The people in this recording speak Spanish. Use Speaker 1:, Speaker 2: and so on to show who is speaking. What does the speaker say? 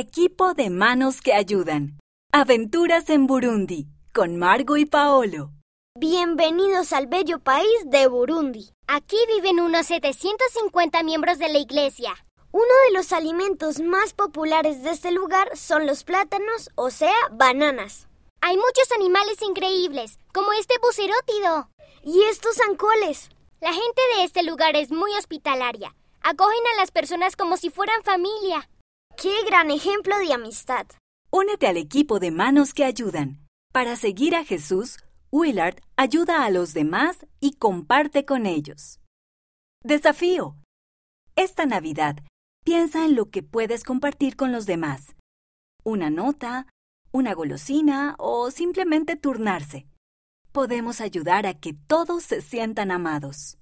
Speaker 1: Equipo de manos que ayudan. Aventuras en Burundi con Margo y Paolo.
Speaker 2: Bienvenidos al bello país de Burundi.
Speaker 3: Aquí viven unos 750 miembros de la iglesia.
Speaker 2: Uno de los alimentos más populares de este lugar son los plátanos, o sea, bananas.
Speaker 3: Hay muchos animales increíbles, como este bucerótido.
Speaker 2: Y estos ancoles.
Speaker 3: La gente de este lugar es muy hospitalaria. Acogen a las personas como si fueran familia.
Speaker 2: ¡Qué gran ejemplo de amistad!
Speaker 1: Únete al equipo de manos que ayudan. Para seguir a Jesús, Willard ayuda a los demás y comparte con ellos. Desafío. Esta Navidad, piensa en lo que puedes compartir con los demás. Una nota, una golosina o simplemente turnarse. Podemos ayudar a que todos se sientan amados.